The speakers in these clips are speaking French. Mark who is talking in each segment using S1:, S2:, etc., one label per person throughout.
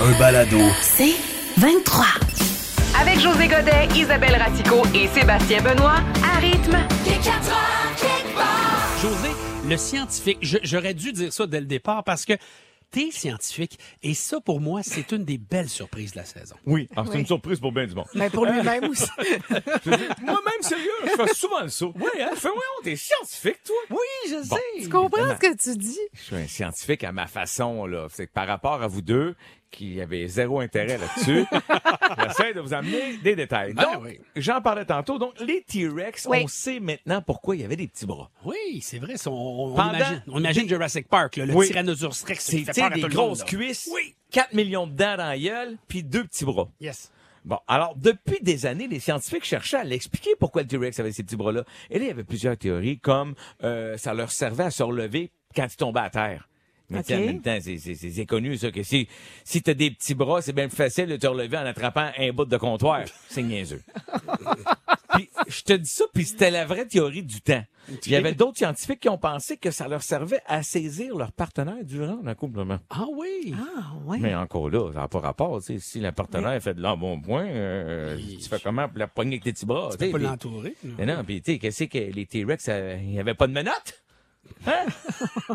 S1: Un balado.
S2: C'est 23.
S3: Avec José Godet, Isabelle Ratico et Sébastien Benoît, à rythme.
S4: José, le scientifique, je- j'aurais dû dire ça dès le départ parce que t'es scientifique et ça, pour moi, c'est une des belles surprises de la saison.
S5: Oui, alors c'est
S6: Oui.
S5: une surprise pour bien du monde.
S6: Mais pour lui-même aussi.
S5: Moi-même, sérieux, je fais souvent le saut. Oui, hein? Fais, voyons, t'es scientifique, toi?
S4: Oui, je
S5: Bon.
S6: tu comprends ce que tu dis?
S5: Je suis un scientifique à ma façon, là. C'est que par rapport à vous deux, qui avez zéro intérêt là-dessus, j'essaie de vous amener des détails. Donc,
S4: Ah oui.
S5: j'en parlais tantôt. Donc, les T-Rex,
S6: Oui.
S5: on sait maintenant pourquoi il y avait des petits bras.
S4: Oui, c'est vrai. ça, On, on
S5: Pendant-
S4: imagine, on imagine Jurassic Park, là, le
S5: Oui.
S4: Tyrannosaurus Rex. qui
S5: C'est
S4: fait
S5: tu
S4: peur
S5: sais,
S4: à
S5: des
S4: tout le
S5: grosses
S4: monde, là.
S5: cuisses,
S4: Oui.
S5: 4 millions de dents dans la gueule, puis deux petits bras.
S4: Yes.
S5: Bon, alors, depuis des années, les scientifiques cherchaient à l'expliquer pourquoi le T-Rex avait ces petits bras-là. Et là, il y avait plusieurs théories, comme euh, ça leur servait à se relever quand ils tombaient à terre. Mais
S6: Ok.
S5: tiens, en même temps, c'est- c'est c'est- c'est connu, ça, que si, si t'as des petits bras, c'est bien plus facile de te relever en attrapant un bout de comptoir. C'est niaiseux. Puis, je te dis ça, puis c'était la vraie théorie du temps. Il y avait d'autres scientifiques qui ont pensé que ça leur servait à saisir leur partenaire durant l'accouplement.
S4: Ah oui.
S6: Ah, ouais.
S5: Mais encore là, ça n'a pas rapport. tu sais. Si la partenaire fait de l'embonpoint, euh, tu fais comment pour la poignée avec tes petits bras?
S4: Tu peux
S5: tu sais,
S4: pas
S5: puis-
S4: l'entourer. là.
S5: Mais non, puis tu sais, qu'est-ce que les T-Rex, euh, il n'y avait pas de menottes? Hein?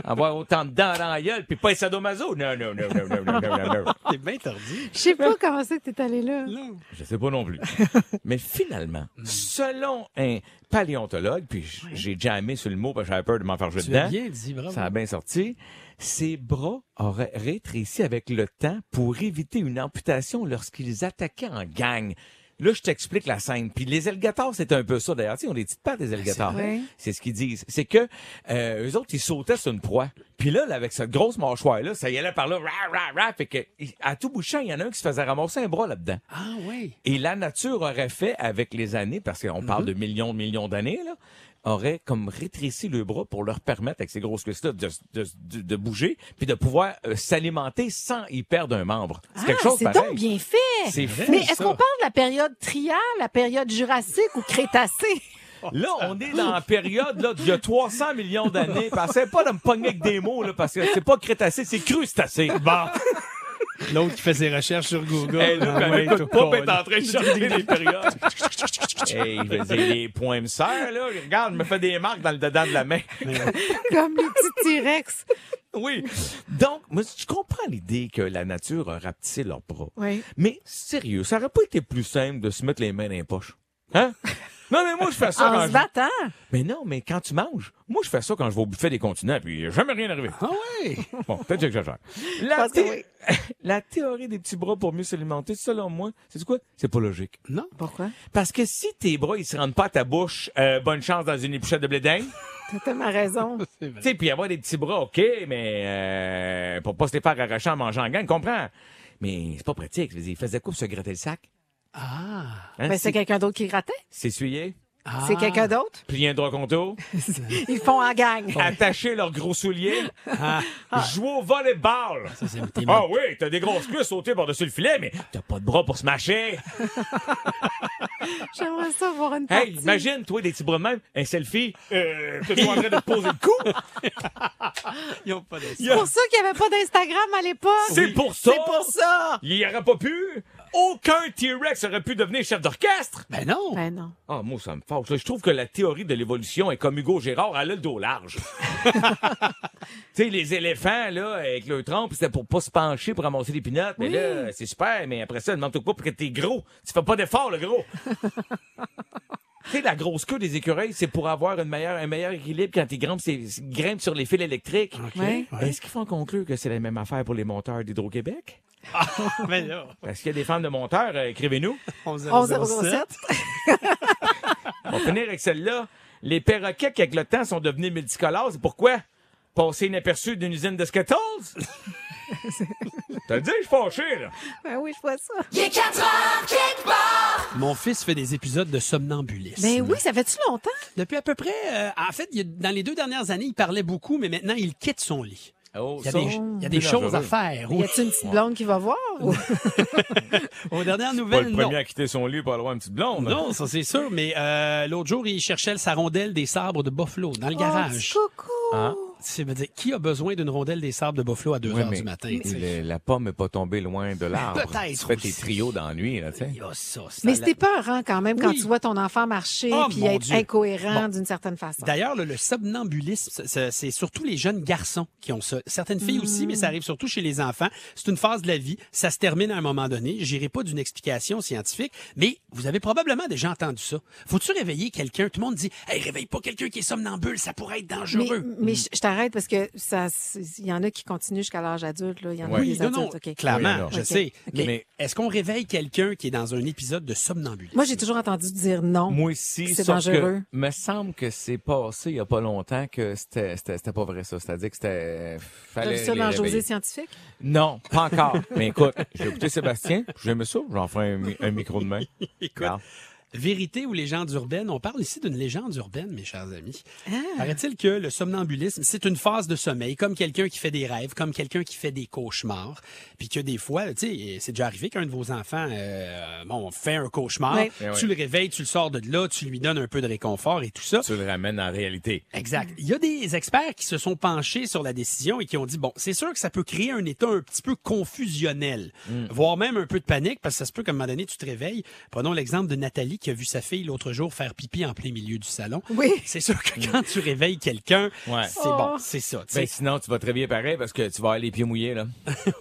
S5: Avoir autant de dents dans la gueule, puis pas un sadomaso? Non, non, non, non, non, non, non, non.
S4: C'est bien tordu.
S6: Je sais pas comment c'est que t'es allé là.
S5: Je sais pas non plus. Mais finalement,
S4: Mm.
S5: selon un paléontologue, puis j- j'ai jamais sur le mot parce que j'avais peur de m'en faire jouer
S4: Tu as
S5: dedans,
S4: bien dit, bravo.
S5: ça a bien sorti, ses bras auraient rétréci avec le temps pour éviter une amputation lorsqu'ils attaquaient en gang. Là, je t'explique la scène. Puis les alligators, c'est un peu ça d'ailleurs. Tu sais, on les petites pattes des alligators.
S6: vrai.
S5: C'est ce qu'ils disent. C'est que euh, eux autres, ils sautaient sur une proie. Puis là, là, avec cette grosse mâchoire-là, ça y allait par là, ra, ra, ra, fait que à tout bout de champ, il y en a un qui se faisait ramasser un bras là-dedans.
S4: Ah oui.
S5: Et la nature aurait fait avec les années, parce qu'on parle
S4: Mhm.
S5: de millions de millions d'années, là, aurait comme rétréci le bras pour leur permettre, avec ces grosses cuisses-là, de, s- de s- de- de bouger, puis de pouvoir euh, s'alimenter sans y perdre un membre. C'est
S4: Ah,
S5: quelque chose
S6: Ah, c'est
S5: pareil.
S6: donc bien fait.
S5: C'est fou,
S6: Mais est-ce
S5: ça.
S6: qu'on parle de la période triale, la période jurassique ou crétacée?
S5: Là, on est dans la période là, d'il y a 300 millions d'années. Pensez pas de me pogner avec des mots, là, parce que c'est pas crétacé, c'est crustacé.
S4: Bon. L'autre qui fait ses recherches sur Google.
S5: Hey, Eh, là, quand
S4: Ah ouais,
S5: l'écoute
S4: tout
S5: pop est
S4: con, là.
S5: en train de chercher des périodes. hey, je veux dire, les points me serrent, là. Regarde, je me fais des marques dans le dedans de la main.
S6: Comme les petits T-Rex.
S5: Oui. Donc, moi, je comprends l'idée que la nature a rapetissé leurs bras.
S6: Oui.
S5: Mais sérieux, ça aurait pas été plus simple de se mettre les mains dans les poches. Hein? Non, mais moi, je fais ça
S6: En
S5: quand
S6: se
S5: je...
S6: battant.
S5: Mais non, mais quand tu manges, moi, je fais ça quand je vais au buffet des continents, puis il a jamais rien arrivé.
S4: Ah oui.
S5: Bon, peut-être que j'exagère. La,
S6: Parce que
S5: thé- la théorie des petits bras pour mieux s'alimenter, selon moi, c'est quoi? C'est pas logique.
S4: Non.
S6: Pourquoi?
S5: Parce que si tes bras, ils se rendent pas à ta bouche, euh, bonne chance dans une épluchette de blé d'Inde.
S6: T'as tellement raison.
S4: C'est
S5: Tu
S4: vrai.
S5: sais, puis avoir des petits bras, OK, mais euh, pour pas se les faire arracher en mangeant en gang, comprends? Mais c'est pas pratique. Je veux dire, il faisait quoi pour se gratter le sac?
S4: Ah.
S5: Hein?
S6: Mais Ben, c'est quelqu'un d'autre qui grattait.
S5: S'essuyer,
S4: Ah.
S6: C'est quelqu'un d'autre.
S5: plier un droit contour,
S6: Ils font en gang.
S5: attacher leurs gros souliers,
S4: Ah.
S5: jouer au volleyball.
S4: Ça, c'est tes
S5: Ah
S4: mots.
S5: oui, t'as des grosses cuisses sautées par-dessus le filet, mais t'as pas de bras pour se mâcher.
S6: J'aimerais ça avoir une
S4: Ah,
S6: partie.
S5: Hey, imagine, toi, des petits bras de même, un selfie, euh, t'es en train de te poser le cou.
S4: Oh, Ils ont pas de
S5: Il y
S6: C'est
S5: a-
S6: pour ça qu'il n'y avait pas d'Instagram à l'époque.
S5: C'est pour ça.
S6: C'est pour ça.
S5: Il n'y aurait pas pu. Aucun T-Rex aurait pu devenir chef d'orchestre.
S4: Ben non.
S6: Ben non.
S5: Ah, moi, ça me fâche. là. Je trouve que la théorie de l'évolution est comme Hugo Gérard, elle a le dos large. tu sais, les éléphants, là, avec le trompe, c'était pour pas se pencher pour ramasser les pinottes. Mais là, c'est super, mais après ça, demande-toi pas parce que t'es gros. Tu fais pas d'effort, le gros. tu sais, la grosse queue des écureuils, c'est pour avoir une meilleure, un meilleur équilibre quand ils grimpent, c'est- grimpent sur les fils électriques.
S6: Ouais.
S4: Ouais.
S5: Est-ce qu'ils font conclure que c'est la même affaire pour les monteurs d'Hydro-Québec?
S4: Ben là.
S5: Parce qu'il y a des femmes de monteurs, euh, écrivez-nous.
S6: 11
S5: On va finir avec celle-là. Les perroquets qui, avec le temps, sont devenus multicolores. C'est pourquoi? Passer inaperçu d'une usine de Skittles? T'as dit, je suis fâché, là.
S6: Ben oui, je vois ça.
S4: Mon fils fait des épisodes de somnambulisme.
S6: Ben oui, ça fait-tu longtemps?
S4: Depuis à peu près, euh, en fait, il y a- dans les deux dernières années, il parlait beaucoup, mais maintenant, il quitte son lit.
S5: Oh,
S4: Il y a
S5: ça,
S4: des, il y a des
S5: c'est
S4: choses à
S5: dangereux.
S4: faire.
S6: Y
S4: Oui.
S6: a-tu une petite blonde qui va voir? ou-
S4: Aux dernières
S5: Pas
S4: nouvelles,
S5: le
S4: non.
S5: premier à quitter son lit pour avoir une petite blonde.
S4: Non, ça c'est sûr, mais euh, l'autre jour, il cherchait sa rondelle des sabres de Buffalo dans le
S6: Oh, petit
S4: garage. Ah,
S6: coucou!
S4: C'est me dire, qui a besoin d'une rondelle des sabres de Buffalo à 2
S5: Ouais,
S4: heures
S5: mais
S4: du matin? tu sais?
S5: le- la pomme n'est pas tombée loin de l'arbre.
S4: Peut-être
S5: Tu fais tes
S4: aussi.
S5: trios d'ennui, là, tu sais.
S4: Il y a ça, ça,
S6: Mais
S4: la-
S6: c'était peurant quand même quand tu
S4: Oui.
S6: vois ton enfant marcher
S4: Oh,
S6: puis
S4: mon
S6: être
S4: Dieu.
S6: incohérent d'une certaine façon.
S4: D'ailleurs, le, le somnambulisme, c'est- c'est c'est surtout les jeunes garçons qui ont ça. Certaines filles aussi,
S6: Mmh.
S4: mais ça arrive surtout chez les enfants. C'est une phase de la vie. Ça se termine à un moment donné. J'irai pas d'une explication scientifique, mais vous avez probablement déjà entendu ça. Faut-tu réveiller quelqu'un? Tout le monde dit, hey, réveille pas quelqu'un qui est somnambule, ça pourrait être
S6: Mais,
S4: dangereux.
S6: mais je, je t'arrête parce que ça, c'est- il y en a qui continuent jusqu'à l'âge adulte. Là. Il y en a
S5: Ouais.
S6: des
S4: Oui, non,
S6: adultes.
S4: non,
S6: OK.
S4: clairement,
S5: Oui, alors.
S4: je
S6: Ok.
S4: sais. Mais,
S5: Mais-
S4: est-ce qu'on réveille quelqu'un qui est dans un épisode de somnambulisme?
S6: Moi, j'ai toujours entendu dire non.
S5: Moi aussi,
S6: C'est
S5: sauf
S6: dangereux.
S5: que me semble que c'est passé il y a pas longtemps que c'était c'était c'était pas vrai ça, c'est-à-dire que c'était
S6: T'as
S5: fallait
S6: vu
S5: les
S6: ça dans José
S5: réveiller.
S6: Scientifique?
S5: Non, pas encore. Mais écoute, j'ai écouté Sébastien, j'aime ça, j'en ferai un, mi- un micro demain. Regarde.
S4: Vérité ou légende urbaine? On parle ici d'une légende urbaine, mes chers amis. Paraît-il que le somnambulisme, c'est une phase de sommeil, comme quelqu'un qui fait des rêves, comme quelqu'un qui fait des cauchemars. Puis que des fois, tu sais, c'est déjà arrivé qu'un de vos enfants, euh, bon, fait un cauchemar,
S6: Oui.
S5: Eh
S4: tu
S5: oui.
S4: le réveilles, tu le sors de là, tu lui donnes un peu de réconfort et tout ça.
S5: Tu le ramènes en réalité.
S4: Exact. Il y a des experts qui se sont penchés sur la décision et qui ont dit bon, c'est sûr que ça peut créer un état un petit peu confusionnel,
S5: Mm.
S4: voire même un peu de panique parce que ça se peut qu'à un moment donné tu te réveilles. Prenons l'exemple de Nathalie qui a vu sa fille l'autre jour faire pipi en plein milieu du salon.
S6: Oui.
S4: C'est sûr que quand tu réveilles quelqu'un,
S5: Mm. Ouais.
S4: c'est
S6: Oh.
S4: bon, c'est ça. tu sais.
S5: Ben, sinon, tu vas te réveiller pareil parce que tu vas avoir les pieds mouillés, là.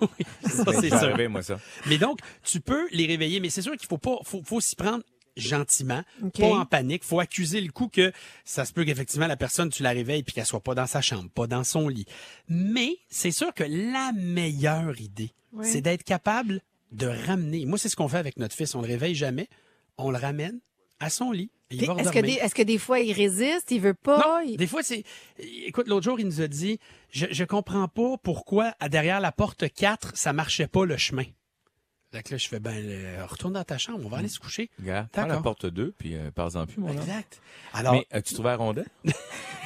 S4: Oui, ça,
S5: Ben,
S4: c'est
S5: ça
S4: sûr.
S5: arrive, moi, ça.
S4: Mais donc, tu peux les réveiller, mais c'est sûr qu'il faut pas, faut, faut s'y prendre gentiment,
S6: OK.
S4: pas en panique. Faut accuser le coup que ça se peut qu'effectivement la personne tu la réveilles puis qu'elle soit pas dans sa chambre, pas dans son lit. Mais c'est sûr que la meilleure idée,
S6: Oui.
S4: c'est d'être capable de ramener. Moi, c'est ce qu'on fait avec notre fils. On le réveille jamais, on le ramène à son lit. et il va
S6: Est-ce que, des,
S4: redormir.
S6: est-ce que des fois, il résiste? Il veut
S4: Non,
S6: pas? il-
S4: des fois, c'est. Écoute, l'autre jour, il nous a dit je, je comprends pas pourquoi, à derrière la porte 4, ça marchait pas le chemin. Fait que là, je fais ben, euh, retourne dans ta chambre, on va aller se coucher.
S5: Regarde, prends la
S4: D'accord.
S5: porte 2, puis euh, pars-en plus, mon homme.
S4: Exact. Alors,
S5: Mais as-tu trouvé la rondelle?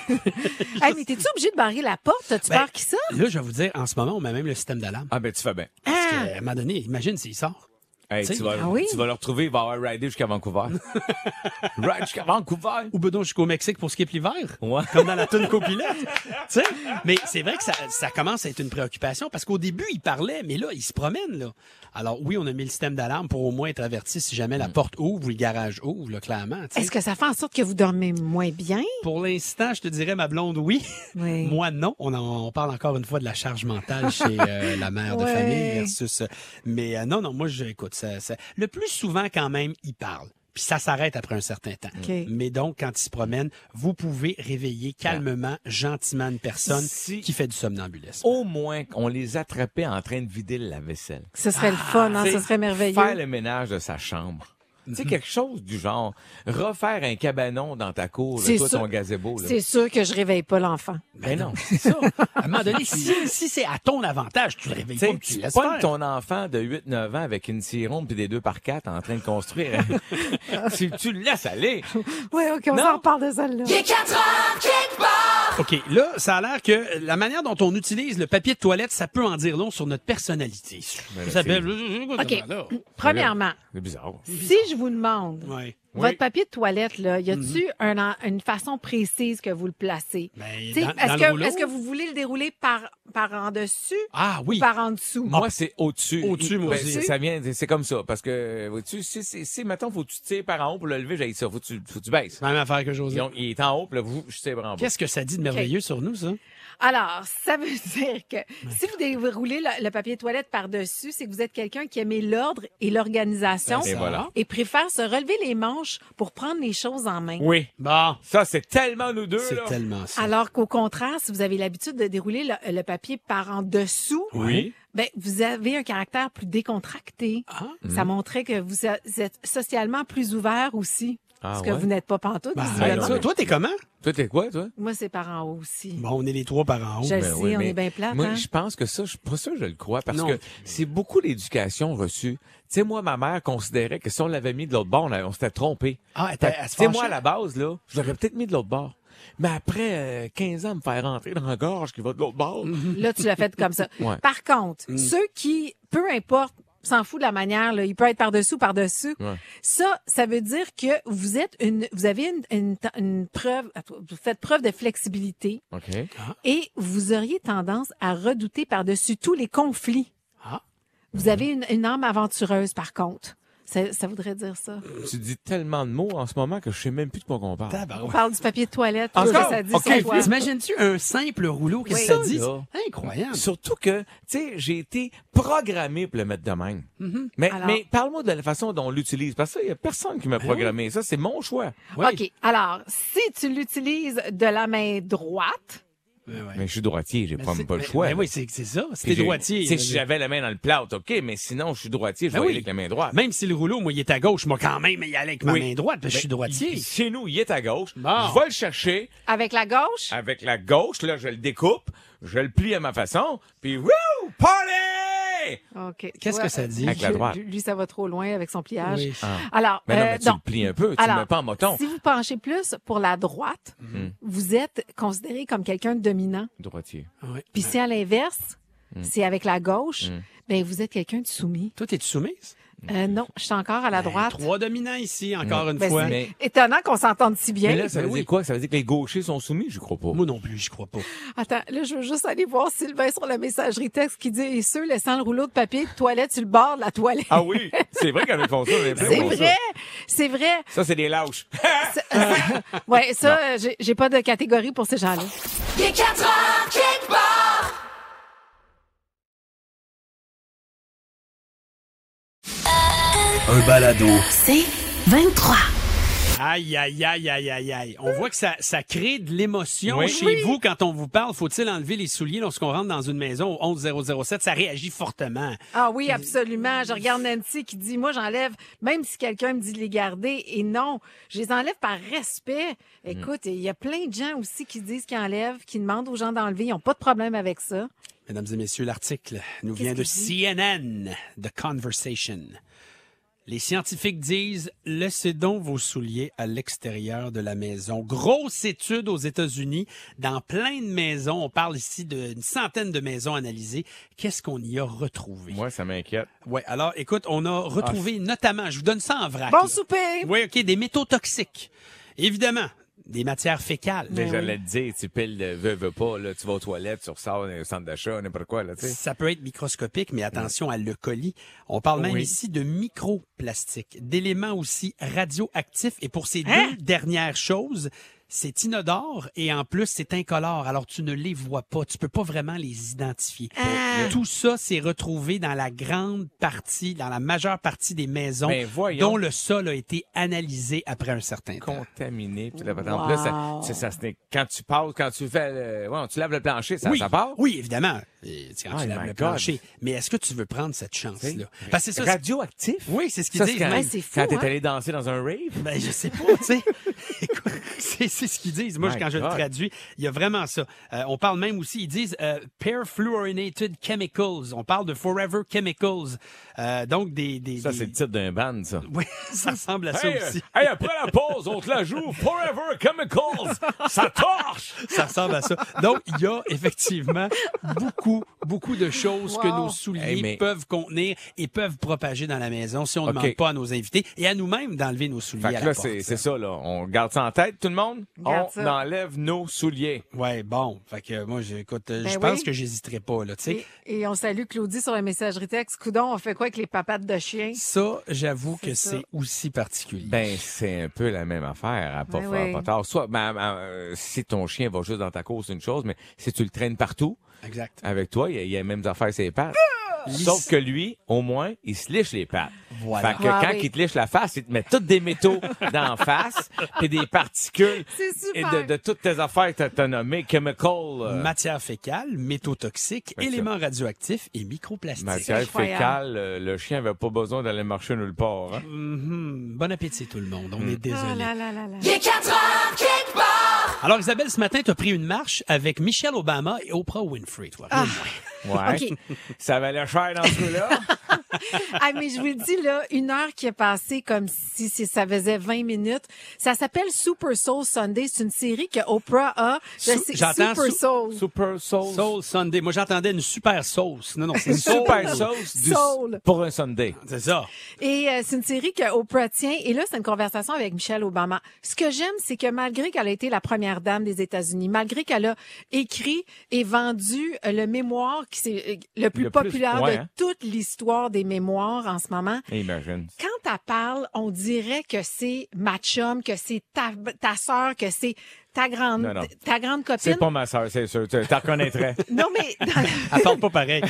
S6: Hey, mais t'es-tu obligé de barrer la porte? T'as-tu
S4: Ben,
S6: peur qu'il sorte?
S4: là, je vais vous dire, en ce moment, on met même le système d'alarme.
S5: Ah, ben, tu fais bien.
S4: Parce qu'à un moment donné, imagine s'il sort.
S5: Hey,
S4: Tu sais,
S5: tu, vas,
S6: ah oui?
S5: tu vas le retrouver, il va avoir ridé jusqu'à Vancouver. Ride jusqu'à Vancouver!
S4: Ou bedon jusqu'au Mexique pour skip l'hiver.
S5: Ouais.
S4: Comme dans la toune copilote. tu sais? Mais c'est vrai que ça, ça commence à être une préoccupation parce qu'au début, il parlait, mais là, il se promène, là. Alors oui, on a mis le système d'alarme pour au moins être averti si jamais la porte ouvre ou le garage ouvre, là, clairement. tu sais.
S6: Est-ce que ça fait en sorte que vous dormez moins bien?
S4: Pour l'instant, je te dirais, ma blonde, oui.
S6: Oui.
S4: Moi, non. On, en- on parle encore une fois de la charge mentale chez euh, la mère de
S6: Ouais.
S4: famille versus... euh, mais euh, non, non, moi, je, écoute, ça, ça- le plus souvent, quand même, il parle. Puis ça s'arrête après un certain temps.
S6: OK.
S4: Mais donc, quand il se promène, vous pouvez réveiller calmement, gentiment une personne
S5: Si-
S4: qui fait du somnambulisme.
S5: Au moins qu'on les attrapait en train de vider la vaisselle.
S6: Ce serait le fun, hein?
S5: Tu
S6: Ce
S5: sais,
S6: serait merveilleux.
S5: Faire le ménage de sa chambre. Tu sais, quelque chose du genre. Refaire un cabanon dans ta cour, là,
S6: C'est
S5: toi,
S6: sûr.
S5: ton gazebo. Là.
S6: C'est sûr que je réveille pas l'enfant.
S5: Ben non.
S4: C'est ça. À un moment donné, si, si c'est à ton avantage, tu le réveilles
S5: Tu
S4: pas,
S5: sais,
S4: puis tu
S5: tu
S4: le laisses
S5: pognes
S4: faire.
S5: ton enfant de 8-9 ans avec une sirone puis des deux par quatre en train de construire. tu, tu le laisses aller.
S6: Oui, OK, on
S5: Non.
S6: s'en parle de celle-là.
S4: OK, là, ça a l'air que la manière dont on utilise le papier de toilette, ça peut en dire long sur notre personnalité.
S5: Ben,
S4: Ça
S5: c'est-
S4: peut-
S6: OK. Hum, Premièrement,
S5: C'est bizarre.
S6: si je vous demande
S4: Ouais. Mhm.
S5: Oui.
S6: Votre papier de toilette, là, y a-tu un en- une façon précise que vous le placez?
S4: Ben,
S6: T'sais,
S4: dans- dans
S6: Est-ce
S4: le
S6: que,
S4: rouleau?
S6: est-ce que vous voulez le dérouler par, par en dessus
S4: Ah oui.
S6: ou par en dessous?
S5: Moi, c'est au-dessus. Ben,
S4: Au-dessus, moi aussi.
S5: Ça vient, c'est- c'est comme ça. Parce que, vois-tu, si, si, si, mettons, faut que tu tires par en haut pour le lever, j'ai ça. Faut que tu, faut que tu baisses.
S4: Même affaire que José.
S5: Donc, il est en haut, puis là, vous, je tire par en bas.
S4: Qu'est-ce que ça dit de merveilleux sur nous, ça?
S6: Alors, ça veut dire que si vous déroulez le, le papier de toilette par-dessus, c'est que vous êtes quelqu'un qui aimait l'ordre et
S4: Ben,
S6: l'organisation
S5: Et voilà.
S6: et préfère se relever les manches pour prendre les choses en main.
S5: Oui.
S4: Bon,
S5: Ça, c'est tellement nous deux,
S4: Bah, c'est
S5: là.
S4: tellement ça.
S6: Alors qu'au contraire, si vous avez l'habitude de dérouler le, le papier par en dessous,
S5: Oui.
S6: ben, vous avez un caractère plus décontracté.
S4: Ah.
S5: Mm.
S6: Ça montrait que vous êtes socialement plus ouvert aussi.
S5: Ah,
S6: Parce que
S5: ouais?
S6: vous n'êtes pas pantoute,
S4: Ben,
S5: ben
S6: visiblement.
S5: non,
S4: toi, toi, t'es comment?
S5: Toi, t'es quoi, toi?
S6: Moi, c'est par en haut aussi.
S4: Bon, on est les trois parents.
S6: Je le
S5: Ben
S6: sais,
S5: oui,
S6: on
S5: mais
S6: est bien plate,
S5: Moi,
S6: hein?
S5: je pense que ça, je suis pas sûr que je le crois, parce
S4: Non.
S5: que c'est beaucoup l'éducation reçue. Tu sais, moi, ma mère considérait que si on l'avait mis de l'autre bord, on, a- on s'était trompé.
S4: Ah, elle
S5: Fait
S4: était-
S5: que,
S4: elle se
S5: Tu sais,
S4: fâchait.
S5: moi, à la base, là, je l'aurais peut-être mis de l'autre bord. Mais après euh, 15 ans, me faire rentrer dans la gorge qui va de l'autre bord.
S6: Là, tu l'as fait comme ça.
S5: Ouais. Mm.
S6: Par contre, ceux qui, peu importe, s'en fout de la manière, là, il peut être par-dessous, par-dessus.
S5: Ouais.
S6: Ça, ça veut dire que vous êtes une, vous avez une, une- une preuve, vous faites preuve de flexibilité
S5: OK.
S6: et vous auriez tendance à redouter par-dessus tous les conflits.
S4: Ah.
S6: Vous avez une, une âme aventureuse, par contre. Ça, ça voudrait dire ça.
S5: Tu dis tellement de mots en ce moment que je sais même plus de quoi on parle.
S6: On parle du papier de toilette.
S5: Encore?
S6: qu'est-ce que ça dit
S4: OK,
S6: sur toi.
S4: t'imagines-tu un simple rouleau? Qu'est-ce que ça
S5: Oui.
S4: dit?
S5: Ça,
S4: C'est Incroyable.
S5: Surtout que, tu sais, j'ai été programmé pour le mettre de même.
S4: Mm-hmm.
S5: Mais,
S6: Alors-
S5: mais parle-moi de la façon dont on l'utilise, parce que il y a personne qui m'a
S4: Ben
S5: programmé. Ça, c'est mon choix.
S4: Oui.
S6: OK. Alors, si tu l'utilises de la main droite,
S4: Ouais, ouais.
S5: Mais je suis droitier, j'ai
S4: Mais
S5: pas,
S4: Ben c'est-
S5: pas le
S4: mais-
S5: choix.
S4: mais oui, c'est c'est ça.
S5: Puis
S4: C'était
S5: j'ai-
S4: droitier.
S5: Tu sais, si j'avais la main dans le plat, OK, mais sinon, je suis droitier, je
S4: Ben
S5: vais
S4: oui.
S5: aller avec la main droite.
S4: Même si le rouleau, moi, il est à gauche, moi, quand même, il allait avec ma
S5: Oui.
S4: main droite, parce que je suis
S5: Ben,
S4: droitier.
S5: il- Chez nous, il est à gauche.
S4: Bon.
S5: Je vais le chercher
S6: avec la
S4: Ah.
S6: gauche,
S5: avec la gauche. Là, je le découpe, je le plie à ma façon, puis wouh! Party!
S6: OK.
S4: Qu'est-ce
S6: Ouais.
S4: que ça dit?
S5: Avec la
S6: Lui-
S5: droite. Ah.
S6: Lui, ça va trop loin avec son pliage.
S4: Oui.
S6: Alors,
S5: Mais non,
S6: euh,
S5: mais tu
S6: non.
S5: le plies un peu, tu
S6: Alors,
S5: le mets pas en moton. Mm.
S6: Si vous penchez plus pour la droite, vous êtes considéré comme quelqu'un de dominant.
S5: Droitier.
S4: Ouais.
S6: Puis si à l'inverse,
S5: Mm.
S6: c'est avec la gauche, ben vous êtes quelqu'un de soumis.
S4: Toi, t'es-tu soumise?
S6: Euh,
S5: Mm.
S6: non, je suis encore à la
S4: Ben,
S6: droite.
S4: trois dominants ici, encore une
S6: Ben,
S4: fois.
S6: c'est
S5: Mais-
S6: étonnant qu'on s'entende si bien.
S5: Mais là, ça
S4: Ben
S5: veut
S4: oui.
S5: dire quoi? Ça veut dire que les gauchers sont soumis? Je crois pas.
S4: Moi non plus, je crois pas.
S6: Attends, là, je veux juste aller voir Sylvain sur la messagerie texte qui dit « Et ceux laissant le rouleau de papier de toilette sur le bord de la toilette.
S5: Ah oui, c'est vrai qu'avec font ça. on est plein
S6: C'est
S5: pour ça.
S6: vrai! C'est vrai!
S5: Ça, c'est des lâches.
S6: Ouais, ça, euh, j'ai- j'ai pas de catégorie pour ces gens-là.
S1: Un balado.
S2: C'est 23.
S4: Aïe, aïe, aïe, aïe, aïe, aïe. On voit que ça, ça crée de l'émotion
S5: Oui.
S4: chez vous quand on vous parle. Faut-il enlever les souliers lorsqu'on rentre dans une maison au 11007? Ça réagit fortement.
S6: Ah oui, absolument. Je regarde Nancy qui dit, moi, j'enlève, même si quelqu'un me dit de les garder, et non, je les enlève par respect. Écoute, il y a plein de gens aussi qui disent qu'ils enlèvent, qui demandent aux gens d'enlever, ils n'ont pas de problème avec ça.
S4: Mesdames et messieurs, l'article nous vient de CNN, The Conversation. Les scientifiques disent laissez donc vos souliers à l'extérieur de la maison. Grosse étude aux États-Unis, dans plein de maisons, on parle ici d'une centaine de maisons analysées. Qu'est-ce qu'on y a retrouvé
S5: Moi, ça m'inquiète.
S4: Ouais, alors écoute, on a retrouvé notamment, je vous donne ça en vrac.
S6: Bon
S4: là.
S6: souper!
S4: Oui, OK, des métaux toxiques. Évidemment, des matières fécales.
S6: Ben
S5: Mais j'allais te dire, tu piles de veux, veux pas, là, tu vas aux toilettes, tu ressors dans un centre d'achat, n'importe quoi, là, tu sais.
S4: Ça peut être microscopique, mais attention à le colis. On parle même
S5: Oui.
S4: ici de microplastiques, d'éléments aussi radioactifs. Et pour ces
S5: Hein?
S4: deux dernières choses, c'est inodore et en plus c'est incolore. Alors tu ne les vois pas, tu peux pas vraiment les identifier.
S5: Ah.
S6: Ah.
S4: Tout ça s'est retrouvé dans la grande partie, dans la majeure partie des maisons
S5: Ben, voyons.
S4: dont le sol a été analysé après un certain temps.
S5: Contaminé. Puis là, en plus, ça, ça, ça se n'est- quand tu passes, quand tu fais, le- ouais, tu laves le plancher, ça,
S4: oui,
S5: ça part.
S4: oui, évidemment. Et, tu sais, quand
S5: Oh
S4: tu laves
S5: my
S4: le
S5: God.
S4: plancher. Mais est-ce que tu veux prendre cette chance-là? Parce que c'est ça, c'est-
S5: Radioactif.
S4: Oui, c'est ce qu'ils
S5: Ça, c'est
S4: disent.
S5: quand,
S4: même.
S6: Ouais, c'est fou,
S5: quand t'es
S6: hein.
S5: allé danser dans un rave.
S4: Ben, je sais pas, tu sais. Écoute, c'est c'est ce qu'ils disent. Moi,
S5: My
S4: quand je le
S5: God.
S4: traduis, il y a vraiment ça. Euh, on parle même aussi, ils disent euh, perfluorinated chemicals. On parle de forever chemicals. Euh, donc, des... des
S5: Ça,
S4: des-
S5: c'est le titre d'un band, ça.
S4: Oui, ça ressemble à ça
S5: Hey,
S4: aussi.
S5: euh, hey, après la pause, on te la joue. Forever Chemicals. Ça torche.
S4: Ça ressemble à ça. Donc, il y a effectivement beaucoup, beaucoup de choses que
S6: Wow.
S4: nos souliers
S5: Hey, mais-
S4: peuvent contenir et peuvent propager dans la maison si on ne
S5: OK.
S4: demande pas à nos invités et à nous-mêmes d'enlever nos souliers
S5: Fait
S4: à la
S5: que là,
S4: porte.
S5: c'est c'est ça, là. On garde ça en tête, tout le monde.
S6: Garde
S5: on
S6: ça.
S5: enlève nos souliers.
S4: Ouais, bon. Fait que moi, je- écoute, euh,
S6: Ben
S4: je pense
S6: oui.
S4: que j'hésiterai pas, là, tu sais.
S6: Et, et on salue Claudie sur la messagerie texte. Coudon, on fait quoi avec les papates de chien?
S4: Ça, j'avoue que
S6: ça.
S4: c'est aussi particulier.
S5: Ben, c'est un peu la même affaire à pas
S6: Ben
S5: faire
S6: oui.
S5: pas tard. Soit, ben, ben, euh, si ton chien va juste dans ta cour, c'est une chose, mais si tu le traînes partout
S4: exact.
S6: Ah!
S5: avec toi, il y a- il y a les mêmes affaires ses pattes.
S4: Lisse.
S5: Sauf que lui, au moins, il se liche les pattes. Fait que
S6: Ah
S5: quand
S6: oui.
S5: ils te lichent la face, ils te mettent tous des métaux d'en face et des particules
S6: C'est
S5: et
S6: super.
S5: de, de toutes tes affaires que t'as nommées, chemical, euh,
S4: Matière fécale, métaux toxiques,
S5: c'est ça.
S4: éléments radioactifs et microplastiques.
S5: matière
S6: incroyable.
S5: fécale, euh, le chien avait pas besoin d'aller marcher nulle part. hein.
S4: Mhm. Bon appétit tout le monde, on est
S6: Ah
S4: désolé.
S6: là là là là.
S4: Alors Isabelle, ce matin, tu as pris une marche avec Michelle Obama et Oprah Winfrey, toi.
S6: Ah.
S4: rien de moins.
S5: Ouais.
S6: OK.
S5: Ça valait cher dans ce cas-là.
S6: Ah, mais je vous le dis, là, une heure qui est passée comme si, si ça faisait 20 minutes. Ça s'appelle Super Soul Sunday. C'est une série que Oprah a. Je
S4: Sou-
S6: sais-
S4: j'entends
S6: Super
S4: sou-
S6: Soul.
S5: Super sauce.
S4: Soul Sunday. Moi, j'entendais une super sauce. Non, non, c'est soul.
S5: Super sauce du-
S6: Soul.
S5: pour un Sunday.
S4: C'est ça.
S6: Et euh, c'est une série que Oprah tient. Et là, c'est une conversation avec Michelle Obama. Ce que j'aime, c'est que malgré qu'elle a été la première dame des États-Unis, malgré qu'elle a écrit et vendu euh, le mémoire qui c'est euh, le plus
S5: Le plus,
S6: populaire
S5: ouais,
S6: de
S5: hein.
S6: toute l'histoire des mémoires en ce moment,
S5: Imagine.
S6: quand elle parle, on dirait que c'est ma chum, que c'est ta, ta sœur, que c'est ta grande,
S5: Non, non.
S6: ta grande copine.
S5: C'est pas ma sœur, c'est sûr. Tu t'en reconnaîtrais.
S6: Non, mais dans la-
S4: Elle parle pas pareil.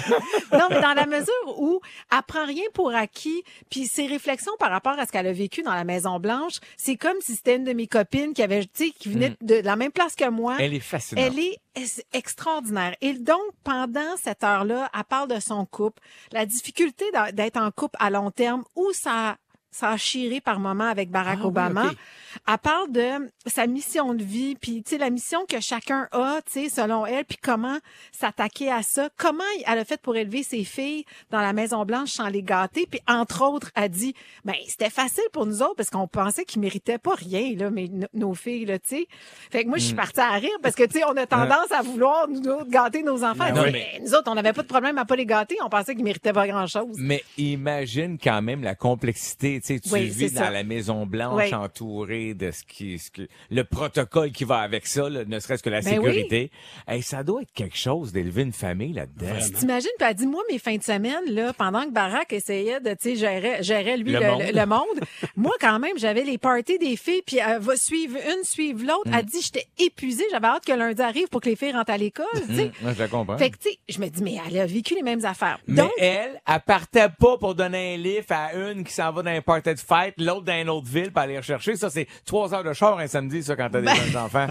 S6: non, mais dans la mesure où elle prend rien pour acquis, puis ses réflexions par rapport à ce qu'elle a vécu dans la Maison Blanche, c'est comme si c'était une de mes copines qui avait, tu sais, qui venait
S4: Mm.
S6: de la même place que moi.
S5: Elle est fascinante.
S6: Elle est ex- extraordinaire. Et donc, pendant cette heure-là, elle parle de son couple, la difficulté d'a- d'être en couple à long terme, où ça, ça a chiré par moment avec Barack
S4: Ah oui,
S6: Obama.
S4: ok.
S6: Elle parle de sa mission de vie, puis tu sais, la mission que chacun a, tu sais, selon elle, puis comment s'attaquer à ça, comment elle a fait pour élever ses filles dans la Maison-Blanche sans les gâter, puis entre autres, elle dit, ben c'était facile pour nous autres parce qu'on pensait qu'ils méritaient pas rien, là, mais no- nos filles, là, tu sais. Fait que moi, je
S5: Mm.
S6: suis partie à rire parce que, tu sais, on a tendance à vouloir, nous autres, gâter nos enfants.
S5: Ah. Non,
S6: Elle dit,
S5: mais-
S6: Mais nous autres, on n'avait pas de problème à pas les gâter, on pensait qu'ils méritaient pas grand-chose.
S5: Mais imagine quand même la complexité. Tu sais, tu
S6: Oui,
S5: vis
S6: c'est
S5: dans
S6: ça.
S5: la Maison Blanche,
S6: Oui.
S5: entourée de ce qui, ce qui- le protocole qui va avec ça, là, ne serait-ce que la
S6: Ben
S5: sécurité. Hey, ça doit être quelque chose d'élever une famille là-dedans.
S6: T'imagines, puis elle dit, moi, mes fins de semaine, là, pendant que Barack essayait de, tu sais, gérer, gérer lui
S5: Le
S6: le,
S5: monde.
S6: le- le monde, moi, quand même, j'avais les parties des filles, puis elle va suivre une, suivre l'autre.
S5: Mm.
S6: Elle dit, j'étais épuisée, j'avais hâte que lundi arrive pour que les filles rentrent à l'école, tu sais.
S5: Moi, je la comprends.
S6: Fait que, tu sais, je me dis, mais elle a vécu les mêmes affaires.
S5: Mais
S6: Donc,
S5: elle, elle partait pas pour donner un lift à une qui s'en va dans un party de fête, l'autre dans une autre ville pour aller rechercher. Ça, c'est trois heures de char un samedi, ça, quand t'as des jeunes enfants.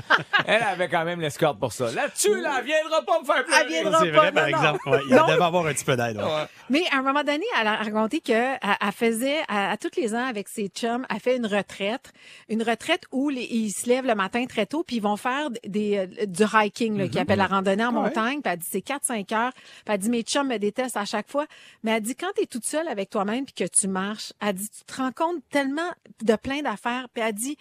S5: Elle avait quand même l'escorte pour ça. Là-dessus, là, elle viendra pas me faire pleurer.
S6: elle viendra
S4: C'est
S6: pas.
S4: vrai,
S6: non,
S4: ben, par
S6: non.
S4: exemple. ouais, il
S6: Donc,
S4: devait avoir un petit peu d'aide. ouais.
S6: Mais à un moment donné, elle a raconté qu'elle elle faisait, à, à tous les ans, avec ses chums, elle fait une retraite. Une retraite où les- ils se lèvent le matin très tôt, puis ils vont faire des, euh, du hiking, là, qui appelle la randonnée en montagne. Puis elle dit, c'est 4-5 heures. Puis elle dit, mes chums me détestent à chaque fois. Mais elle dit, quand tu es toute seule avec toi-même, puis que tu marches, elle dit, tu te rends compte tellement de plein d'affaires. Puis elle dit,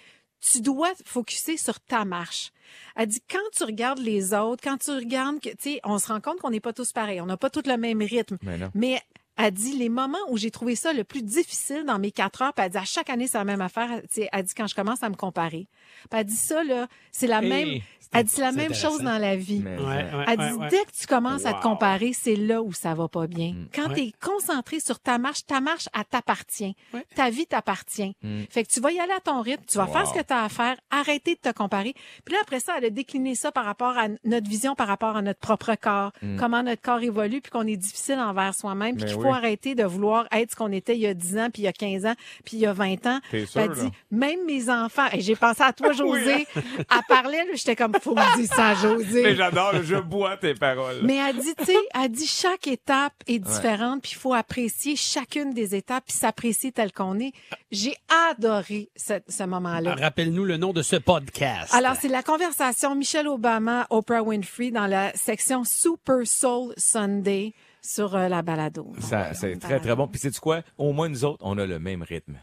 S6: tu dois te focusser sur ta marche. Elle dit quand tu regardes les autres, quand tu regardes que tu sais, on se rend compte qu'on n'est pas tous pareils, on n'a pas tous le même rythme.
S5: Mais non.
S6: Mais elle dit les moments où j'ai trouvé ça le plus difficile dans mes quatre heures, puis elle dit à chaque année c'est la même affaire. tu sais, Elle dit quand je commence à me comparer, puis elle dit ça là, c'est la
S5: Hey,
S6: même.
S5: c'est-
S6: Elle dit c'est la
S4: c'est
S6: même chose
S4: intéressant.
S6: dans la vie.
S5: Mais-
S4: Ouais, ouais,
S6: Elle
S4: ouais,
S6: dit,
S4: ouais.
S6: dès que tu commences à
S5: Wow. Mm.
S6: te comparer, c'est là où ça va pas bien. Quand
S4: Ouais.
S6: tu es concentré sur ta marche, ta marche, elle t'appartient.
S4: Ouais.
S6: Ta vie t'appartient.
S5: Mm.
S6: Fait que tu vas y aller à ton rythme, tu vas faire ce que tu as à faire, arrêter de te comparer. Puis là, après ça, elle a décliné ça par rapport à n- notre vision, par rapport à notre propre corps, comment notre corps évolue, puis qu'on est difficile envers soi-même, puis
S5: Mais
S6: qu'il
S5: Mm. Ben oui.
S6: faut arrêter de vouloir être ce qu'on était il y a 10 ans, puis il y a 15 ans, puis il y a 20 ans.
S5: T'es
S6: Puis
S5: sûr,
S6: elle dit,
S5: là?
S6: même mes enfants, et j'ai pensé à
S4: hein?
S6: toi, José, à parler, j'étais comme, faut me dire ça, José.
S5: Mais j'adore, je bois tes paroles.
S6: Mais elle dit, tu sais, elle dit chaque étape est différente, puis il faut apprécier chacune des étapes, puis s'apprécier tel qu'on est. J'ai adoré ce, ce moment-là.
S4: Rappelle-nous le nom de ce podcast.
S6: Alors, c'est la conversation Michelle Obama, Oprah Winfrey dans la section Super Soul Sunday sur euh, la balado.
S5: Ça, c'est très, très bon. Puis, sais-tu quoi? Au moins, nous autres, on a le même rythme.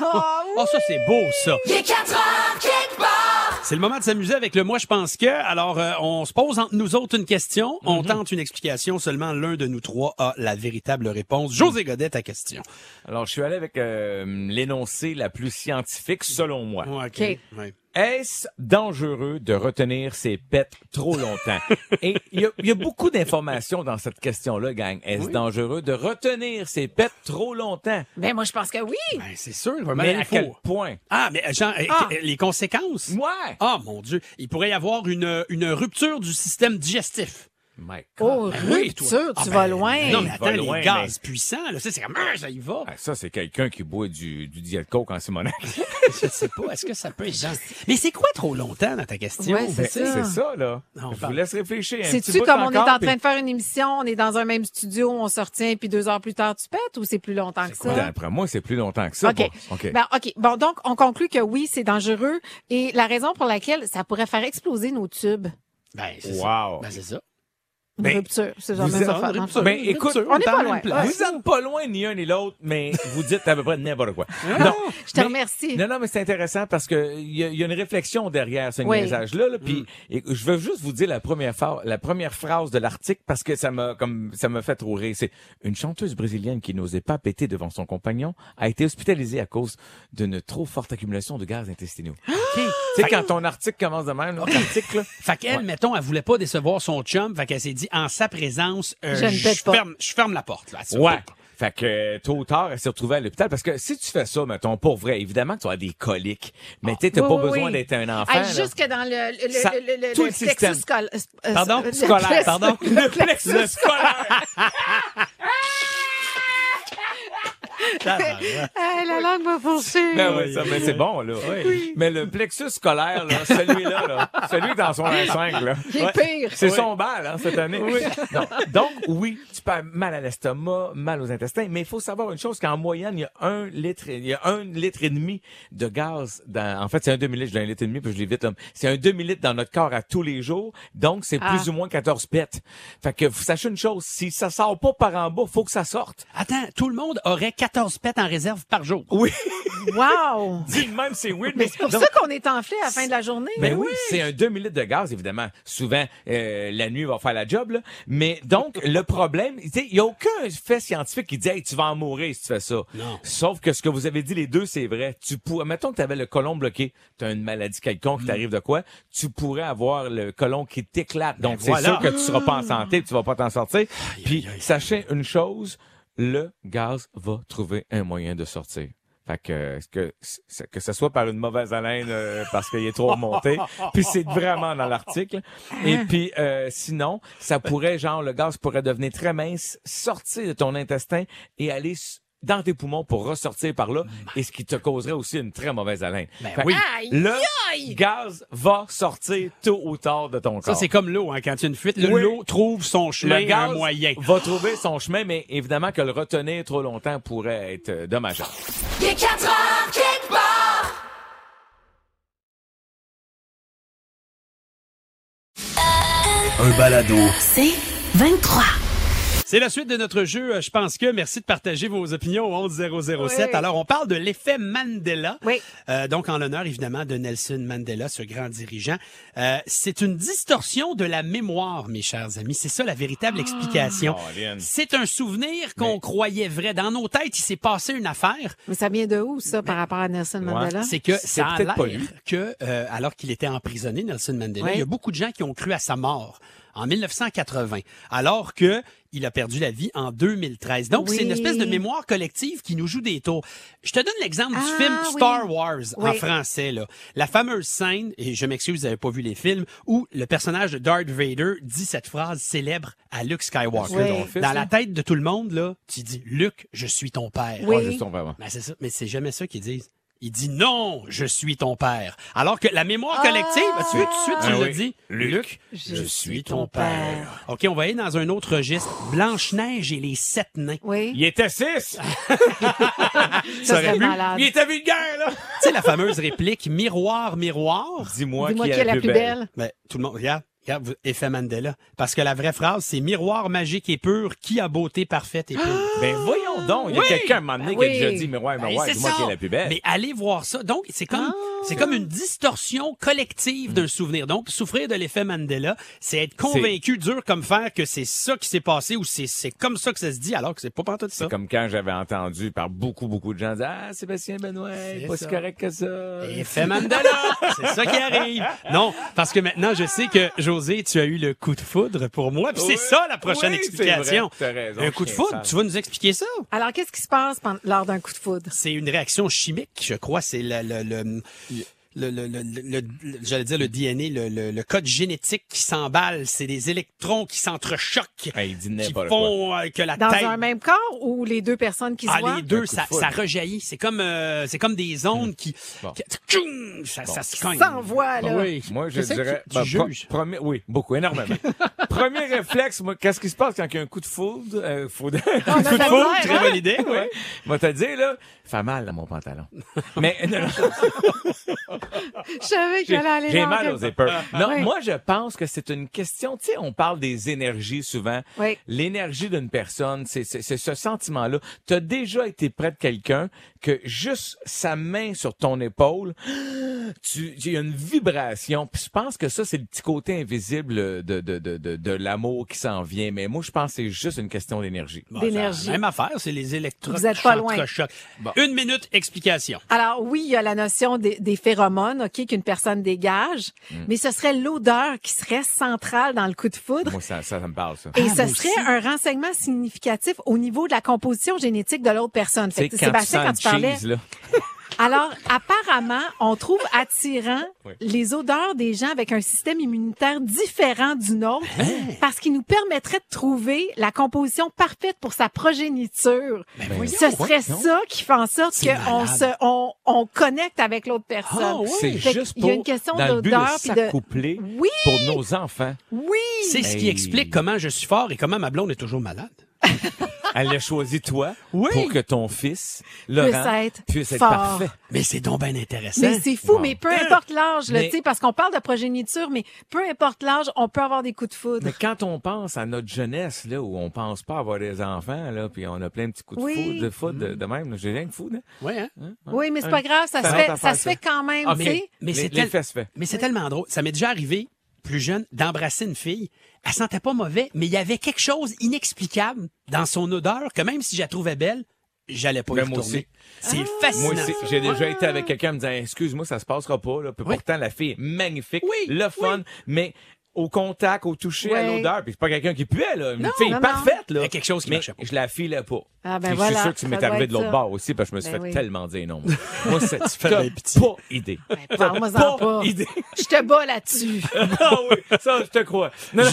S6: Ah oui!
S4: Oh, ça, c'est beau, ça. C'est le moment de s'amuser avec le Moi, je pense que. Alors, euh, on se pose entre nous autres une question. On tente une explication. Seulement l'un de nous trois a la véritable réponse. José Godet, ta question.
S5: Alors, je suis allé avec euh, l'énoncé la plus scientifique, selon moi.
S4: OK. Ouais.
S5: Est-ce dangereux de retenir ses pets trop longtemps? Et il y, a- il y a beaucoup d'informations dans cette question-là, gang. Est-ce dangereux de retenir ses pets trop longtemps?
S6: Ben, moi, je pense que oui!
S4: Ben, c'est sûr. Vraiment,
S5: Mais
S4: il
S5: à
S4: faut.
S5: quel point?
S4: Ah, mais Jean, euh,
S5: Ah.
S4: que- les conséquences?
S6: Ah.
S5: Ouais!
S4: euh, Ah, mon Dieu. Il pourrait y avoir une, une rupture du système digestif.
S5: My
S6: Oh,
S4: Ben
S6: rupture,
S4: oui, toi. Ah,
S6: tu
S4: ben,
S6: vas loin.
S4: Non, mais
S5: va
S4: attends, les
S5: loin,
S4: gaz puissants, là, ça, c'est comme, Ah, ça y va.
S5: Ah, ça, c'est quelqu'un qui boit du, du Diet Coke en Simonac.
S4: Je sais pas, est-ce que ça peut être genre- Mais c'est quoi trop longtemps dans ta question?
S6: Ouais,
S5: Ben,
S6: c'est
S5: C'est
S6: ça.
S5: ça, là.
S4: Non,
S5: Je vous
S4: pardon.
S5: laisse réfléchir. un petit
S6: C'est-tu
S5: bout
S6: comme on est
S5: encore,
S6: en
S5: puis-
S6: train de faire une émission, on est dans un même studio, on se retient, puis deux heures plus tard, tu pètes ou c'est plus longtemps que ça?
S5: D'après moi, c'est plus longtemps que ça.
S6: OK.
S5: Bon, OK.
S6: Ben, OK. Bon, donc, on conclut que oui, c'est dangereux. Et la raison pour laquelle ça pourrait faire exploser nos tubes,
S4: Ben, c'est ça.
S5: wow.
S4: Ben, c'est ça.
S6: une
S5: Ben,
S6: rupture, c'est
S4: vous
S6: jamais
S4: êtes-
S6: ça faire.
S4: rupture.
S5: Ben, écoute,
S4: Rupture,
S6: hein. on est
S4: est
S6: pas
S4: à la
S6: loin.
S4: même place.
S5: Vous n'êtes pas loin ni un ni l'autre, mais vous dites à peu près n'importe quoi. Non,
S6: Je te
S5: mais-
S6: remercie.
S5: Non, non, mais c'est intéressant parce que il y, a- il y a une réflexion derrière ce
S6: Oui.
S5: niaisage-là. là, puis
S4: Mm.
S5: et je veux juste vous dire la première, phrase- la première phrase de l'article parce que ça m'a comme ça m'a fait trop rire. C'est une chanteuse brésilienne qui n'osait pas péter devant son compagnon a été hospitalisée à cause d'une trop forte accumulation de gaz intestinaux. Tu sais, quand ton article commence de même, là, l'article, là,
S4: Fait qu'elle, mettons, elle voulait pas décevoir son chum. Fait qu'elle s'est dit, en sa présence, euh,
S6: Je ne pète pas.
S4: ferme, je ferme la porte. Là, C'est-
S5: Ouais. Fait que euh, tôt ou tard, elle s'est retrouvée à l'hôpital parce que si tu fais ça, mettons, pour vrai, évidemment que tu as des coliques, mais tu sais, t'as
S6: Ah. Oui,
S5: pas
S6: oui,
S5: besoin
S6: oui.
S5: d'être un enfant.
S6: Hey,
S5: là.
S6: jusque dans le, le, le,
S5: Ça-
S6: le, le-
S5: tout
S6: le
S5: le
S6: plexus
S5: système.
S6: scolaire. euh,
S4: Pardon?
S6: euh, le
S5: Scolaire,
S6: plexus-
S5: pardon.
S6: Le plexus.
S5: Le scolaire.
S6: Hey, la langue m'a fourchée.
S5: Ben oui, ça, mais c'est bon, là. Mais le plexus scolaire, là, celui-là, là, celui dans son 25, là.
S6: Il est pire.
S5: C'est son bal, hein, cette année. Non. Donc, oui, tu peux avoir mal à l'estomac, mal aux intestins, mais il faut savoir une chose, qu'en moyenne, il y a un litre, il y a un litre et demi de gaz dans, en fait, c'est un demi-litre, j'ai un litre et demi, puis je l'ai vite, là. C'est un demi-litre dans notre corps à tous les jours, donc
S6: Ah.
S5: c'est plus ou moins 14 pets. Fait que, vous sachez une chose, si ça sort pas par en bas, faut que ça sorte.
S4: Attends, tout le monde aurait 14 pets en réserve par jour.
S5: Oui.
S6: Wow!
S5: Dis le même, c'est weird,
S6: Mais c'est pour
S5: donc-
S6: ça qu'on est enflé à la fin de la journée.
S5: Ben oui, c'est un demi litre de gaz, évidemment. Souvent, euh, la nuit va faire la job, là. Mais donc, le problème, tu sais, il n'y a aucun fait scientifique qui dit, hey, tu vas en mourir si tu fais ça.
S4: Non.
S5: Sauf que ce que vous avez dit, les deux, c'est vrai. Tu pourrais, mettons que tu avais le colon bloqué, tu as une maladie quelconque, t'arrive de quoi, tu pourrais avoir le colon qui t'éclate. Donc, c'est
S4: voilà.
S5: sûr que tu seras pas en santé, tu vas pas t'en sortir. Puis, sachez une chose, le gaz va trouver un moyen de sortir. Fait que que c- que ce soit par une mauvaise haleine euh, parce qu'il est trop remonté, puis c'est vraiment dans l'article. Et
S6: Hein?
S5: puis euh, sinon, ça pourrait genre le gaz pourrait devenir très mince, sortir de ton intestin et aller s- dans tes poumons pour ressortir par là, et ce qui te causerait aussi une très mauvaise haleine.
S4: Ben
S5: Fait que
S4: oui.
S6: Aïe,
S5: Le gaz va sortir tôt ou tard de ton
S4: Ça,
S5: corps.
S4: c'est comme l'eau, hein, quand il y a une fuite. le-
S5: Oui.
S4: L'eau trouve son chemin,
S5: le gaz
S4: un moyen.
S5: va trouver son chemin, mais évidemment que le retenir trop longtemps pourrait être euh, dommageable.
S1: Il est 4 heures quelque part.
S7: un balado,
S2: C'est 23.
S4: C'est la suite de notre jeu. euh, Je pense que merci de partager vos opinions au 11007.
S6: Oui.
S4: Alors, on parle de l'effet Mandela.
S6: Oui.
S4: Euh, donc, en l'honneur, évidemment, de Nelson Mandela, ce grand dirigeant. Euh, c'est une distorsion de la mémoire, mes chers amis. C'est ça la
S6: Ah,
S4: véritable explication.
S5: Colin.
S4: C'est un souvenir qu'on croyait vrai. Dans nos têtes, il s'est passé une affaire.
S6: Mais ça vient de où, ça, par rapport à Nelson Mandela?
S4: C'est que
S5: Ben, C'est
S4: ça a
S5: peut-être
S4: l'air
S5: pas lui.
S4: que, euh, alors qu'il était emprisonné, Nelson Mandela,
S6: Oui.
S4: il y a beaucoup de gens qui ont cru à sa mort en 1980, alors que il a perdu la vie en 2013. Donc,
S6: Oui.
S4: c'est une espèce de mémoire collective qui nous joue des tours. Je te donne l'exemple
S6: Ah,
S4: du film
S6: oui.
S4: Star Wars en
S6: Oui.
S4: français. Là. La fameuse scène, et je m'excuse, vous n'avez pas vu les films, où le personnage de Darth Vader dit cette phrase célèbre à Luke Skywalker.
S6: Oui. Dans le
S5: film,
S4: Dans
S5: là.
S4: la tête de tout le monde, là, tu dis, Luke, je suis ton père.
S6: Oui.
S5: Ah, juste ton verre.
S4: Ben, c'est ça, mais c'est jamais ça qu'ils disent. Il dit non, je suis ton père. Alors que la mémoire collective, ben, tu veux tout de suite, tu
S5: Ah
S4: l'as
S5: oui.
S4: dit.
S5: Luc,
S6: Je
S4: OK, on va aller dans un autre registre. Blanche-Neige et les sept nains.
S6: Oui,
S5: Il était six!
S6: ça
S4: aurait
S6: serait
S4: pu.
S6: Ah, malade.
S5: Il était vulgaire, là!
S4: tu sais, la fameuse réplique miroir, miroir.
S5: Dis-moi
S6: Dis-moi qui est la plus belle.
S4: Ben, tout le monde, regarde, regarde, vous- effet Mandela. Parce que la vraie phrase, c'est miroir magique et pur, qui a beauté parfaite et pure.
S5: Ben voyons donc, il y a
S4: Oui.
S5: quelqu'un à un moment donné
S6: Ben
S5: qui a
S6: oui.
S5: déjà dit, mais ouais, mais
S4: Ben,
S5: Ah ouais,
S4: c'est
S5: dis-moi qui
S4: ça.
S5: est la plus belle. Ah.
S4: Mais allez voir ça. Donc, c'est comme, c'est comme une distorsion collective
S5: Mm.
S4: d'un souvenir. Donc, souffrir de l'effet Mandela, c'est être convaincu, dur comme fer, que c'est ça qui s'est passé ou c'est, c'est comme ça que ça se dit, alors que c'est pas pantoute ça.
S5: C'est comme quand j'avais entendu par beaucoup, beaucoup de gens dire, ah, Sébastien Benoît,
S4: C'est
S5: pas
S4: ça.
S5: si correct que ça.
S4: Effet Mandela, c'est ça qui arrive. Non, parce que maintenant, je sais que José, tu as eu le coup de foudre pour moi. puis
S5: Oui.
S4: c'est ça la prochaine
S5: Oui, c'est
S4: explication.
S5: vrai, t'as raison,
S4: un coup de
S5: je
S4: foudre,
S5: tiens ça.
S4: tu vas nous expliquer ça
S6: Alors, qu'est-ce qui se passe pendant- lors d'un coup de foudre?
S4: C'est une réaction chimique, je crois. C'est le, le, le- le, le- le- le- le- j'allais dire le DNA, le, le- le code génétique qui s'emballe. C'est des électrons qui s'entrechoquent,
S5: Hey, Ben, il dit
S4: qui
S5: n'importe quoi.
S4: font euh, que la
S6: Dans
S4: tête
S6: un même corps ou les deux personnes qui se
S4: ah,
S6: voient?
S4: les deux,
S5: coup de
S4: ça,
S5: foudre.
S4: ça rejaillit. C'est comme, euh, c'est comme des ondes qui,
S5: Bon.
S4: qui- tchoum, ça, ça se cogne.
S6: s'envoient, là.
S4: Ah oui.
S5: Moi, je
S4: Qu'est-ce que
S5: dirais.
S4: tu-
S5: ben,
S4: tu
S5: pro-
S4: juges.
S5: premier- oui, beaucoup, énormément. premier réflexe, moi, qu'est-ce qui se passe quand il y a un coup de foudre? euh, foudre-
S4: Ah,
S5: un coup de
S6: ça
S5: foudre,
S6: a
S4: hein?
S5: très
S6: l'air,
S5: bonne idée, oui. Moi, te dire, là, fait mal, dans mon pantalon. Mais, non, non,
S6: Je savais que
S5: j'ai
S6: j'allais aller
S5: j'ai
S6: dans
S5: mal
S6: quel-
S5: aux épaules. Non,
S6: Oui.
S5: moi, je pense que c'est une question, tu sais, on parle des énergies souvent.
S6: Oui.
S5: L'énergie d'une personne, c'est c'est- c'est ce sentiment-là. T'as déjà été près de quelqu'un que juste sa main sur ton épaule, tu, il y a une vibration. Puis je pense que ça, c'est le petit côté invisible de, de, de, de, de l'amour qui s'en vient. Mais moi, je pense que c'est juste une question d'énergie.
S4: Bon,
S6: d'énergie.
S4: ça, Même affaire, c'est les électrons
S6: Vous êtes
S4: qui
S6: pas loin.
S4: s'entrechoquent. Une minute, explication.
S6: Alors oui, il y a la notion des, des phéromones, OK, qu'une personne dégage, mais ce serait l'odeur qui serait centrale dans le coup de foudre.
S5: Moi, ça, ça, ça me parle, ça.
S6: Et
S4: Ah,
S6: ce
S4: moi
S6: serait
S4: aussi.
S6: un renseignement significatif au niveau de la composition génétique de l'autre personne. Fait que, Sébastien, quand tu
S5: le
S6: parlais,
S5: cheese, là.
S6: alors apparemment, on trouve attirant
S5: Oui.
S6: les odeurs des gens avec un système immunitaire différent du nôtre
S5: Hein?
S6: parce qu'il nous permettrait de trouver la composition parfaite pour sa progéniture.
S5: Ben
S6: ce serait
S5: non?
S6: ça qui fait en sorte
S4: C'est
S6: qu'on
S4: malade.
S6: se on, on connecte avec l'autre personne.
S4: Ah oui?
S5: C'est
S6: Fait
S5: juste
S6: qu'il
S5: pour,
S6: y a une question
S5: dans le but de
S6: d'odeur puis de
S5: s'accoupler
S6: Oui,
S5: pour nos enfants.
S6: oui.
S4: C'est ce qui
S5: Hey.
S4: explique comment je suis fort et comment ma blonde est toujours malade.
S5: Elle a choisi toi
S4: Oui.
S5: pour que ton fils, Laurent,
S6: Puisse
S5: puisse
S6: être
S5: être,
S6: fort.
S5: parfait.
S4: Mais c'est donc bien intéressant.
S6: Mais c'est fou,
S5: Wow.
S6: mais peu importe l'âge, là,
S5: Mais-
S6: tu sais, parce qu'on parle de progéniture, mais peu importe l'âge, on peut avoir des coups de foudre.
S5: Mais quand on pense à notre jeunesse, là, où on pense pas avoir des enfants, là, puis on a plein de petits coups de
S6: Oui. Mm.
S5: foudre, de, foudre, de, de même, là, j'ai rien de foudre. hein.
S4: Ouais, hein?
S6: oui, mais c'est pas grave, ça
S5: Ça
S6: se
S5: rentre
S6: fait,
S5: à
S6: ça
S5: faire
S6: se
S5: ça. Ah,
S6: fait quand même,
S5: Ok.
S6: tu sais.
S4: Mais
S5: Les-
S4: c'est
S5: les
S4: tel-
S5: faits se fait.
S4: Mais c'est tellement drôle. Ça m'est déjà arrivé, plus jeune, d'embrasser une fille. Elle sentait pas mauvais, mais il y avait quelque chose inexplicable dans son odeur que même si je la trouvais belle, j'allais pas y
S5: Même
S4: retourner.
S5: Ben, aussi.
S4: C'est
S6: Ah.
S4: fascinant.
S5: Moi aussi, j'ai déjà été avec quelqu'un me disant, excuse-moi, ça se passera pas, là. Puis
S4: Oui.
S5: pourtant, la fille est magnifique,
S4: Oui,
S5: le fun, mais au contact, au toucher, à
S6: Ouais.
S5: l'odeur, puis c'est pas quelqu'un qui puait, là. Une
S6: Non,
S5: fille
S6: non, non.
S5: parfaite, là.
S4: Il y a quelque chose qui
S5: mais
S4: marchait pas.
S5: je la filais pas.
S6: Ah, ben
S5: Puis Je
S6: voilà,
S5: suis sûr que tu
S6: ça
S5: m'es
S6: doit
S5: arrivé
S6: être
S5: de l'autre
S6: ça.
S5: bord aussi, parce que je me suis
S6: Ben
S5: fait
S6: oui.
S5: tellement dire non. moi. Moi, ça, tu fais
S4: bien pitié.
S5: pas idée.
S6: Ben, Parle-moi-en
S5: Pas
S6: pas.
S5: idée.
S6: Je te bats là-dessus.
S5: Ah oui, ça, je te crois. Non, non.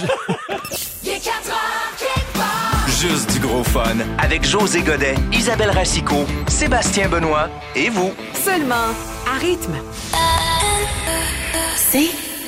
S1: Il est 4 heures quelque part.
S7: Juste du gros fun.
S8: Avec José Godet, Isabelle Racicot, Sébastien Benoît et vous.
S3: Seulement à rythme.
S2: C'est